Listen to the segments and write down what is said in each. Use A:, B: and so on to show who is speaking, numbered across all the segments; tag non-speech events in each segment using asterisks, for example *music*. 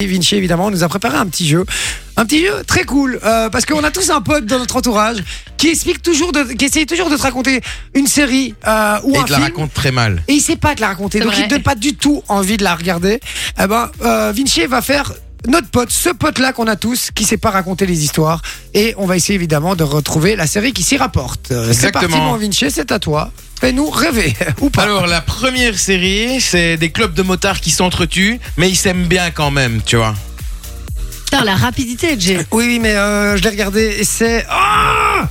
A: Et Vinci, évidemment, nous a préparé un petit jeu. Un petit jeu très cool, euh, parce qu'on a tous un pote dans notre entourage qui explique toujours, de, qui essaye toujours de te raconter une série euh, ou
B: Et
A: un
B: te la
A: film.
B: raconte très mal.
A: Et il sait pas te la raconter,
C: C'est
A: donc
C: vrai.
A: il te donne pas du tout envie de la regarder. Eh ben, euh, Vinci va faire notre pote, ce pote-là qu'on a tous, qui sait pas raconter les histoires. Et on va essayer évidemment de retrouver la série qui s'y rapporte. Euh, C'est parti,
B: Exactement.
A: mon Vinci, c'est à toi. Fais-nous rêver, *laughs* ou pas.
B: *laughs* Alors, la première série, c'est des clubs de motards qui s'entretuent, mais ils s'aiment bien quand même, tu vois.
C: Putain, la rapidité, Jay.
A: Oui, oui, mais euh, je l'ai regardé et c'est. Ah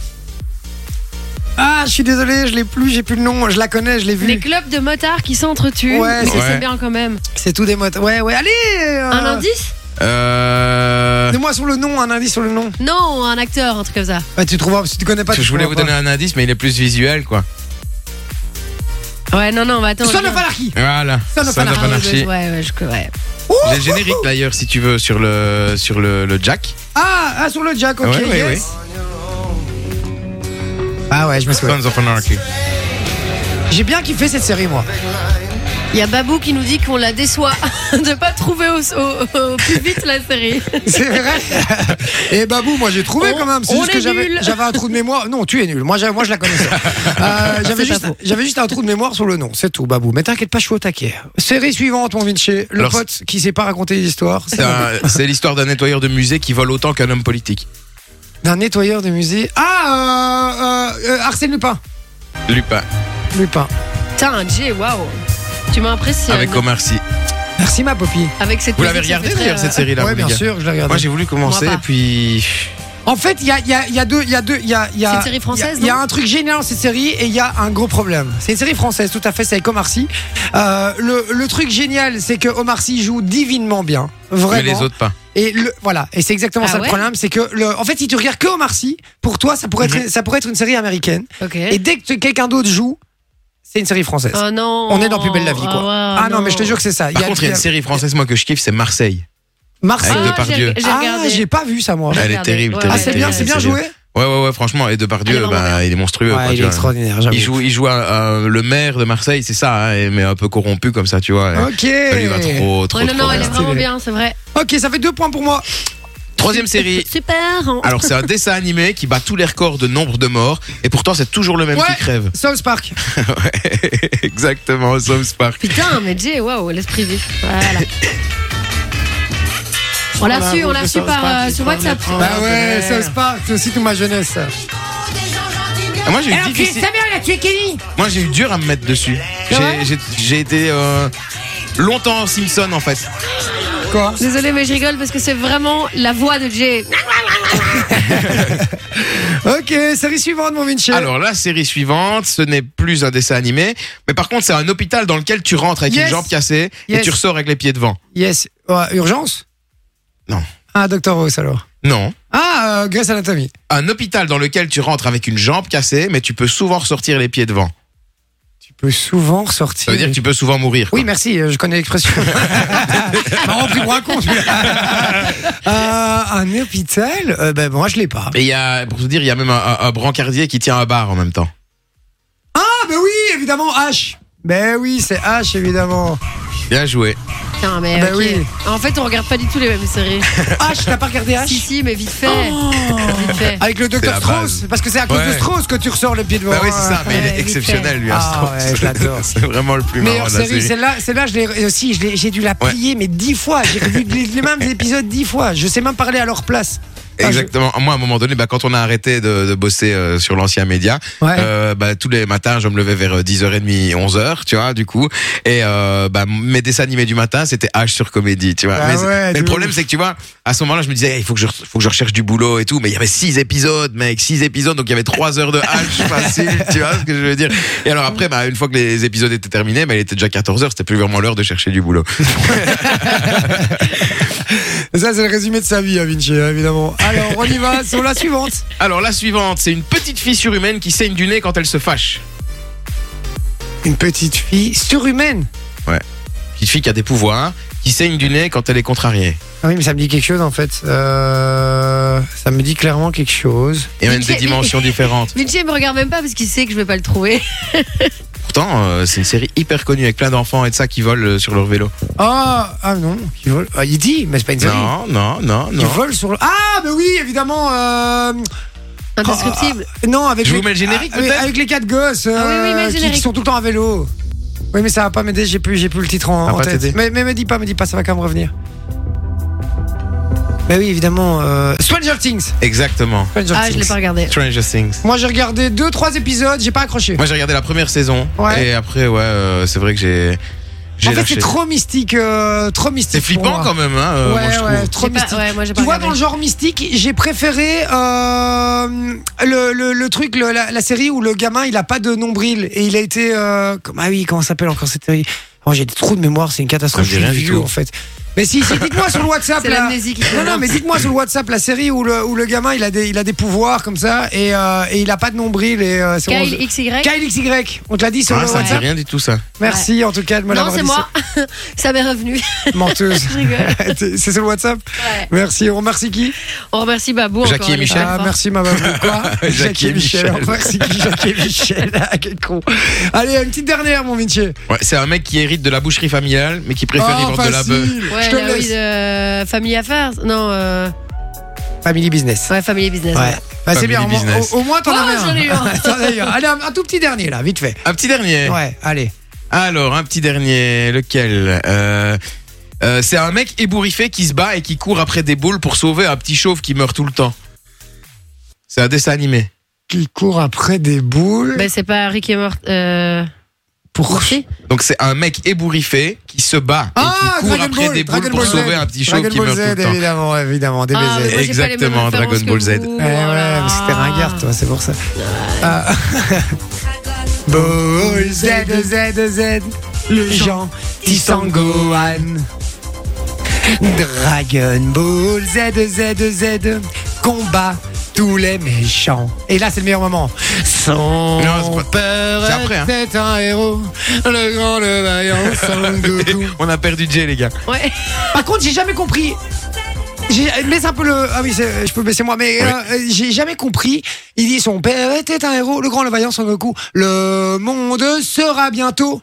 A: ah, je suis désolé, je l'ai plus, j'ai plus le nom, je la connais, je l'ai
C: Les
A: vue.
C: clubs de motards qui s'entretuent.
A: Ouais,
C: mais ça
B: ouais.
C: c'est Ah. bien quand même.
A: C'est tout des mots. Ouais, ouais, allez euh,
C: Un indice
B: Euh.
A: Donne-moi sur le nom, un indice sur le nom.
C: Non, un acteur, un truc comme ça.
A: Bah, tu trouveras, si tu connais pas, tu
B: je voulais vous
A: trouveras
B: donner un indice, mais il est plus visuel, quoi.
C: Ouais, non, non, bah attends.
A: pas. Son
C: je-
A: of Anarchy
B: Voilà.
A: Son of
B: Son of Anarchy.
C: Ouais, ouais, je... ouais.
B: J'ai le générique d'ailleurs, si tu veux, sur le, sur le, le Jack.
A: ah, ah, sur le Jack, ok,
B: Ouais, ouais,
A: yes. Ah ouais, je me souviens.
B: Sons of Anarchy.
A: J'ai bien kiffé cette série, moi.
C: Il y a Babou qui nous dit qu'on la déçoit *laughs* de pas trouver au, au- au plus vite la série.
A: *laughs* C'est vrai Et Babou, moi j'ai trouvé
C: On-
A: quand même. C'est
C: on
A: juste que
C: est
A: j'avais
C: nuls.
A: j'avais un trou de mémoire. Non, tu es nul. Moi, j'avais- moi je la
C: *laughs*
A: connaissais. Euh, j'avais
C: pas
A: juste,
C: faux.
A: j'avais juste un trou de mémoire sur le nom. C'est tout, Babou. Mais t'inquiète pas, je suis au taquet. Série suivante, mon Vinci. Le
B: Alors,
A: pote qui sait pas raconter les histoires.
B: C'est un- C'est l'histoire d'un nettoyeur de musée qui vole autant qu'un homme politique.
A: D'un nettoyeur de musée. Ah, euh, euh, euh, Arsène Lupin.
B: Lupin,
A: Lupin.
C: Putain, Jay, waouh. Tu m'as impressionné.
B: avec Omar Sy.
A: Merci, ma Poppy.
C: Avec cette
B: Vous l'avez
C: musique, ça
B: regardé
C: fait très,
B: d'ailleurs,
C: euh,
B: cette série-là
A: Ouais,
B: les
A: bien
B: gars
A: sûr, je l'ai regardé.
B: Moi, j'ai voulu commencer,
C: Moi pas.
B: et puis.
A: En fait, il y a, il y, a, il y a deux. il Y a deux il y a, il y a-
C: C'est une série française,
A: Il y a- il y, a
C: non
A: un truc génial dans cette série et il y a un gros problème. C'est une série française, tout à fait, c'est avec Omar Sy. Euh, le, le truc génial, c'est que Omar Sy joue divinement bien. Vraiment.
B: Mais les autres pas.
A: Et le, voilà, et c'est exactement
C: Ah
A: ça le
C: ouais
A: problème, c'est que le, en fait, si tu regardes que Omar Sy, pour toi, ça pourrait être, ça pourrait être une série américaine.
C: euh, Ok.
A: Et dès que quelqu'un d'autre joue, c'est une série française.
C: Oh non.
A: On est dans Plus belle la vie, quoi.
C: Ah, ouais,
A: ah non, mais je te jure que c'est ça.
B: Par contre, il y a une série française, moi, que je kiffe, c'est Marseille.
A: Marseille.
B: avec
C: Ah,
B: Depardieu.
C: j'ai- J'ai
A: Ah,
C: regardé.
A: j'ai pas vu ça moi.
C: J'ai
B: Elle est
C: regardé.
B: terrible,
C: Ouais,
B: terrible,
A: Ah,
C: ouais,
A: c'est
B: j'ai-
A: bien,
C: ouais,
A: c'est
B: j'ai-
A: bien
B: j'ai-
A: joué.
B: Ouais, ouais, ouais, franchement. Et
C: Elle
B: Depardieu,
C: est vraiment
B: bah, il est monstrueux. quoi,
A: Ouais, il
B: tu
A: est
B: vois.
A: extraordinaire, j'avoue.
B: Il joue, il joue un- un- le maire de Marseille, c'est ça, hein, et- mais un peu corrompu comme ça, tu vois. et
A: Ok.
B: Ça lui va trop, trop,
C: Ouais, non,
B: trop
C: non, elle est
B: bien.
C: vraiment bien, c'est vrai.
A: Ok, ça fait deux points pour moi.
B: Troisième série.
C: Super. hein.
B: Alors c'est un dessin animé qui bat tous les records de nombre de morts et pourtant c'est toujours le même
A: Ouais.
B: qui
A: *laughs*
B: crève.
A: South Park.
B: Ouais, Exactement, South Park.
C: Putain, mais Jay, waouh, l'esprit vif. Voilà. On l'a su, on l'a su par euh, sur WhatsApp.
A: Bah ouais, South Park, c'est aussi toute ma jeunesse.
B: Ah, Moi j'ai eu difficile.
A: mère, elle a tué Kenny.
B: Moi j'ai eu dur à me mettre dessus.
A: Ouais.
B: J'ai- J'ai j'ai été euh, longtemps Simpson en fait.
A: Quoi
C: Désolé, mais je rigole parce que c'est vraiment la voix de Jay.
A: Ok, série suivante, mon Vinci.
B: Alors la série suivante, ce n'est plus un dessin animé, mais par contre c'est un hôpital dans lequel tu rentres avec
A: Yes.
B: une jambe cassée
A: Yes.
B: et tu ressors avec les pieds devant.
A: Yes. Ouais, urgence
B: Non.
A: Ah, Doctor House alors.
B: Non.
A: Ah, euh, Grey's Anatomy.
B: Un hôpital dans lequel tu rentres avec une jambe cassée, mais tu peux souvent ressortir les pieds devant.
A: Tu peux souvent sortir.
B: Ça veut dire que tu peux souvent mourir. quoi.
A: Oui, merci, euh, je connais
B: *laughs*
A: l'expression. *laughs* Marrant, pris pour un con, celui-là. Euh, Un hôpital Euh, Ben, moi, je l'ai pas.
B: Et il y a, pour te dire, il y a même un, un- un brancardier qui tient un bar en même temps.
A: Ah, ben oui, évidemment, H. Ben oui, c'est H, évidemment.
B: Bien joué.
C: Putain, mais
A: Bah
C: ok.
A: oui.
C: En fait, on regarde pas du tout les
A: *laughs*
C: mêmes séries.
A: H, t'as pas regardé
C: si,
A: H Oh.
C: si, mais vite fait. Vite fait.
A: Avec le docteur
B: la
A: Strauss,
B: base.
A: parce que c'est à cause de
B: Ouais.
A: Strauss que tu ressors le pied hein. devant.
B: Bah oui, c'est ça, mais il
C: Ouais,
B: est
C: vite
B: exceptionnel, lui,
A: Ah
B: Astro.
A: ouais, je l'adore.
B: *laughs* c'est vraiment le plus marrant
A: Meilleure
B: de la
A: série,
B: série.
A: celle-là, celle-là, je l'ai aussi, je l'ai- j'ai dû la
B: Ouais.
A: plier, mais dix fois. J'ai *laughs* revu les, les mêmes épisodes dix fois. Je sais même parler à leur place. Ah, je-
B: Exactement. Moi, à un moment donné, bah, quand on a arrêté de, de bosser euh, sur l'ancien média,
A: Ouais.
B: euh, bah, tous les matins, je me levais vers euh, 10h30, 11h, tu vois, du coup. Et euh, bah, mes dessins animés du matin, c'était H sur comédie, tu vois.
A: Ah
B: mais
A: ouais,
B: mais
A: de
B: le problème,
A: ouf.
B: c'est que tu vois, à ce moment-là, je me disais, Eh, il faut que je, re- faut que je recherche du boulot et tout. Mais il y avait 6 épisodes, mec, 6 épisodes, donc il y avait 3 heures de
A: *laughs*
B: H facile, tu vois ce que je veux dire. Et alors après, bah, une fois que les épisodes étaient terminés, bah, il était déjà 14h, c'était plus vraiment l'heure de chercher du boulot.
A: Ça, c'est le résumé de sa vie, hein, Vinci, hein, évidemment. *laughs* Alors, on y va sur la suivante.
B: Alors la suivante, c'est une petite fille surhumaine qui saigne du nez quand elle se fâche.
A: *laughs* Une petite fille surhumaine.
B: Petite fille qui a des pouvoirs, qui saigne du nez quand elle est contrariée.
A: Ah oui, mais ça me dit quelque chose en fait. Euh, ça me dit clairement quelque chose.
B: Et même
C: Mais
B: des
C: quel-
A: *laughs*
B: dimensions différentes.
C: Vinci, il me regarde même pas parce qu'il sait que je vais pas le trouver.
B: pourtant, euh, c'est une série hyper connue avec plein d'enfants et de ça qui volent euh, sur leur vélo.
A: Ah, ah non, ils volent. Ah, il dit, mais c'est pas une série.
B: Non, non, non,
A: Ils
B: non.
A: volent sur le. Ah, mais oui, évidemment. euh,
C: Indescriptible.
A: Non, avec.
B: Je
A: les-
B: vous mets le générique,
A: Ah, mais
B: peut-être
A: Avec les quatre gosses
C: Ah
A: euh,
C: oui, oui, mets le
A: qui- qui,
C: générique.
A: sont tout le temps à vélo. Oui, mais ça va pas m'aider, j'ai plus, j'ai plus le titre en,
B: Ça va
A: en
B: Ah, pas
A: tête.
B: t'aider.
A: Mais, mais me dis pas, me dis pas, ça va quand même revenir. Mais oui, évidemment. euh, Stranger Things.
B: Exactement.
A: Stranger
C: Ah, je
A: Things.
C: l'ai pas regardé.
B: Stranger Things.
A: Moi, j'ai regardé deux, trois épisodes, j'ai pas accroché.
B: Moi, j'ai regardé la première saison.
A: Ouais.
B: Et après, ouais, euh, c'est vrai que j'ai. j'ai
A: en fait,
B: lâché.
A: c'est trop mystique, euh, trop mystique.
B: C'est
A: pour
B: flippant
A: moi.
B: quand même, hein, euh,
A: ouais,
B: moi, je trouve.
A: ouais, trop
C: J'ai pas-
A: mystique.
C: ouais, moi, j'ai pas
A: Tu vois,
C: regardé.
A: dans le genre mystique, j'ai préféré euh, le, le- le truc, le- la, la série où le gamin, il a pas de nombril et il a été. euh, comme- ah oui, comment ça s'appelle encore cette série Oh, J'ai des trous de mémoire, c'est une catastrophe.
B: Ça me
A: je suis
B: dit Ah, rien du
A: vieux,
B: tout.
A: en fait. Mais si, si dites-moi sur le WhatsApp.
C: C'est
A: là.
C: l'amnésie qui
A: Non,
C: fait
A: non,
C: mal.
A: mais dites-moi sur le WhatsApp la série où le, où le gamin, il a, des, il a des pouvoirs comme ça et, euh, et il a pas de nombril. Et, euh, c'est
C: Kyle
A: bon,
C: XY.
A: Kyle XY, on te l'a dit sur
B: Ah,
A: le
B: ça me dit
A: WhatsApp.
B: rien du tout, ça.
A: Merci en tout cas de me
C: non,
A: l'avoir
C: c'est
A: dit.
C: moi. *laughs* ça m'est revenu.
A: Menteuse. *laughs*
C: Je rigole.
A: c'est sur le WhatsApp
C: Ouais.
A: Merci. On remercie qui
C: On remercie Babou. encore,
B: Jackie et
C: elle est
B: Michel.
C: très
A: Ah,
C: forte.
A: merci ma maman. Quoi
B: *laughs* Jackie et Michel. *laughs*
A: Alors, Merci qui Jackie et Michel. Ah, quel con. Allez, une petite dernière, mon Vinci.
B: Ouais, c'est un mec qui hérite de la boucherie familiale, mais qui préfère
A: Oh,
B: vivre de la bœuf.
A: facile.
C: Ouais,
A: Je te
C: là,
A: le
C: oui,
A: laisse.
C: de Family Affairs. Non, euh,
A: Family business.
C: ouais, Family Business.
A: Ouais.
C: ouais.
A: Bah, c'est
B: Family
A: bien. au moins-
B: business.
A: Au, au moins, t'en
C: Oh,
A: as
C: j'en ai eu un.
A: un. *laughs* T'en as eu un. Allez, un, un tout petit dernier, là, vite fait.
B: Un petit dernier.
A: Ouais, allez.
B: Alors, un petit dernier. Lequel Euh, euh, C'est un mec ébouriffé qui se bat et qui court après des boules pour sauver un petit chauve qui meurt tout le temps. C'est un dessin animé.
A: Qui court après des boules
C: Mais Bah, c'est pas Rick et Mort. Euh...
A: pour.
C: Morty
B: Donc c'est un mec ébouriffé qui se bat
A: Ah,
B: et qui court
A: Dragon
B: après
A: Ball,
B: des boules
A: Dragon
B: pour
A: Ball Z.
B: sauver un petit chauve
A: Dragon
B: qui
A: Ball
B: meurt
A: Z,
B: tout le temps.
A: évidemment, évidemment, des
C: Ah, mais
A: baisers.
C: moi, j'ai pas les mêmes
B: Exactement,
C: références
B: Dragon Ball
C: que
B: Z.
C: vous.
A: Eh
C: Oh là
A: ouais, parce que t'es
C: là.
A: ringard, toi, c'est pour ça. *laughs* Ah. Ball Z, Z, Z, le Jean Tissangohan. Dragon Ball Z, Z, Z, combat tous les méchants. Et là, c'est le meilleur moment. Son
B: Non, c'est pas-
A: père
B: c'est après, hein.
A: était un héros, le grand, le vaillant Sangoku.
B: *laughs* On a perdu Jay, les gars.
A: *laughs*
C: Ouais.
A: Par contre, j'ai jamais compris. J'ai- Baisse un peu le. Ah oui, c'est- je peux baisser moi, mais
B: Oui.
A: euh, j'ai jamais compris. Il dit son père était un héros, le grand, le vaillant Sangoku. Le monde sera bientôt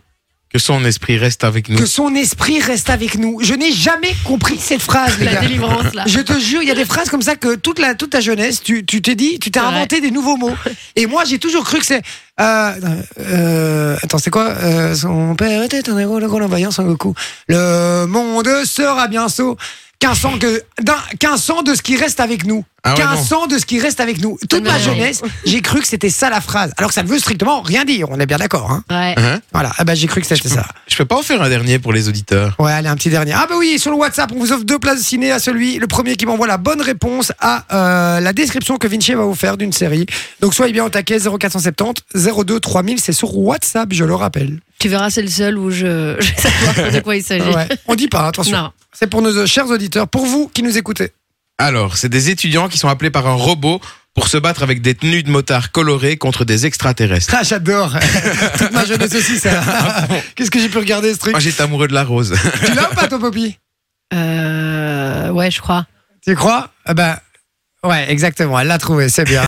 B: Que son esprit reste avec nous.
A: que son esprit reste avec nous. Je n'ai jamais compris cette phrase, les
C: La
A: gars.
C: délivrance, là.
A: Je te jure, il y a des phrases comme ça que toute, la, toute ta jeunesse, tu tu t'es dit, tu t'es
C: C'est vrai.
A: inventé des nouveaux mots. Et moi, j'ai toujours cru que c'est. euh, euh, attends, c'est quoi Euh, Son père était un héros, le grand envoyant Sangoku. Le monde sera bien sot. 1500, que, d'un- 1500 de ce qui reste avec nous.
B: Ah ouais, non.
A: 1500 de ce qui reste avec nous. Toute
C: me
A: ma
C: dit
A: jeunesse, j'ai cru que c'était ça la phrase. Alors que ça ne veut strictement rien dire, on est bien d'accord. Hein
C: Ouais.
B: Hein
A: voilà, ah bah, j'ai cru que c'était ça.
B: Je peux pas en faire un dernier pour les auditeurs.
A: Ouais, allez, un petit dernier. Ah bah oui, sur le WhatsApp, on vous offre deux places de ciné à celui, le premier qui m'envoie la bonne réponse à euh, la description que Vinci va vous faire d'une série. Donc soyez bien au taquet 0470 02 3000, c'est sur WhatsApp, je le rappelle.
C: Tu verras, c'est le seul où je, *laughs* je vais savoir de quoi il s'agit.
A: Ouais, on dit pas, attention.
C: Non.
A: C'est pour nos euh, chers auditeurs, pour vous qui nous écoutez.
B: Alors, c'est des étudiants qui sont appelés par un robot pour se battre avec des tenues de motards colorées contre des extraterrestres.
A: *laughs* Ah, j'adore. *laughs* Toute ma jeunesse aussi, ça. *laughs* Qu'est-ce que j'ai pu regarder ce truc
B: Moi, j'étais amoureux de la rose.
A: *laughs* Tu l'as ou pas, ton Poppy
C: Euh, ouais, je crois.
A: Tu crois Ah bah, ouais, exactement, elle l'a trouvé, c'est bien.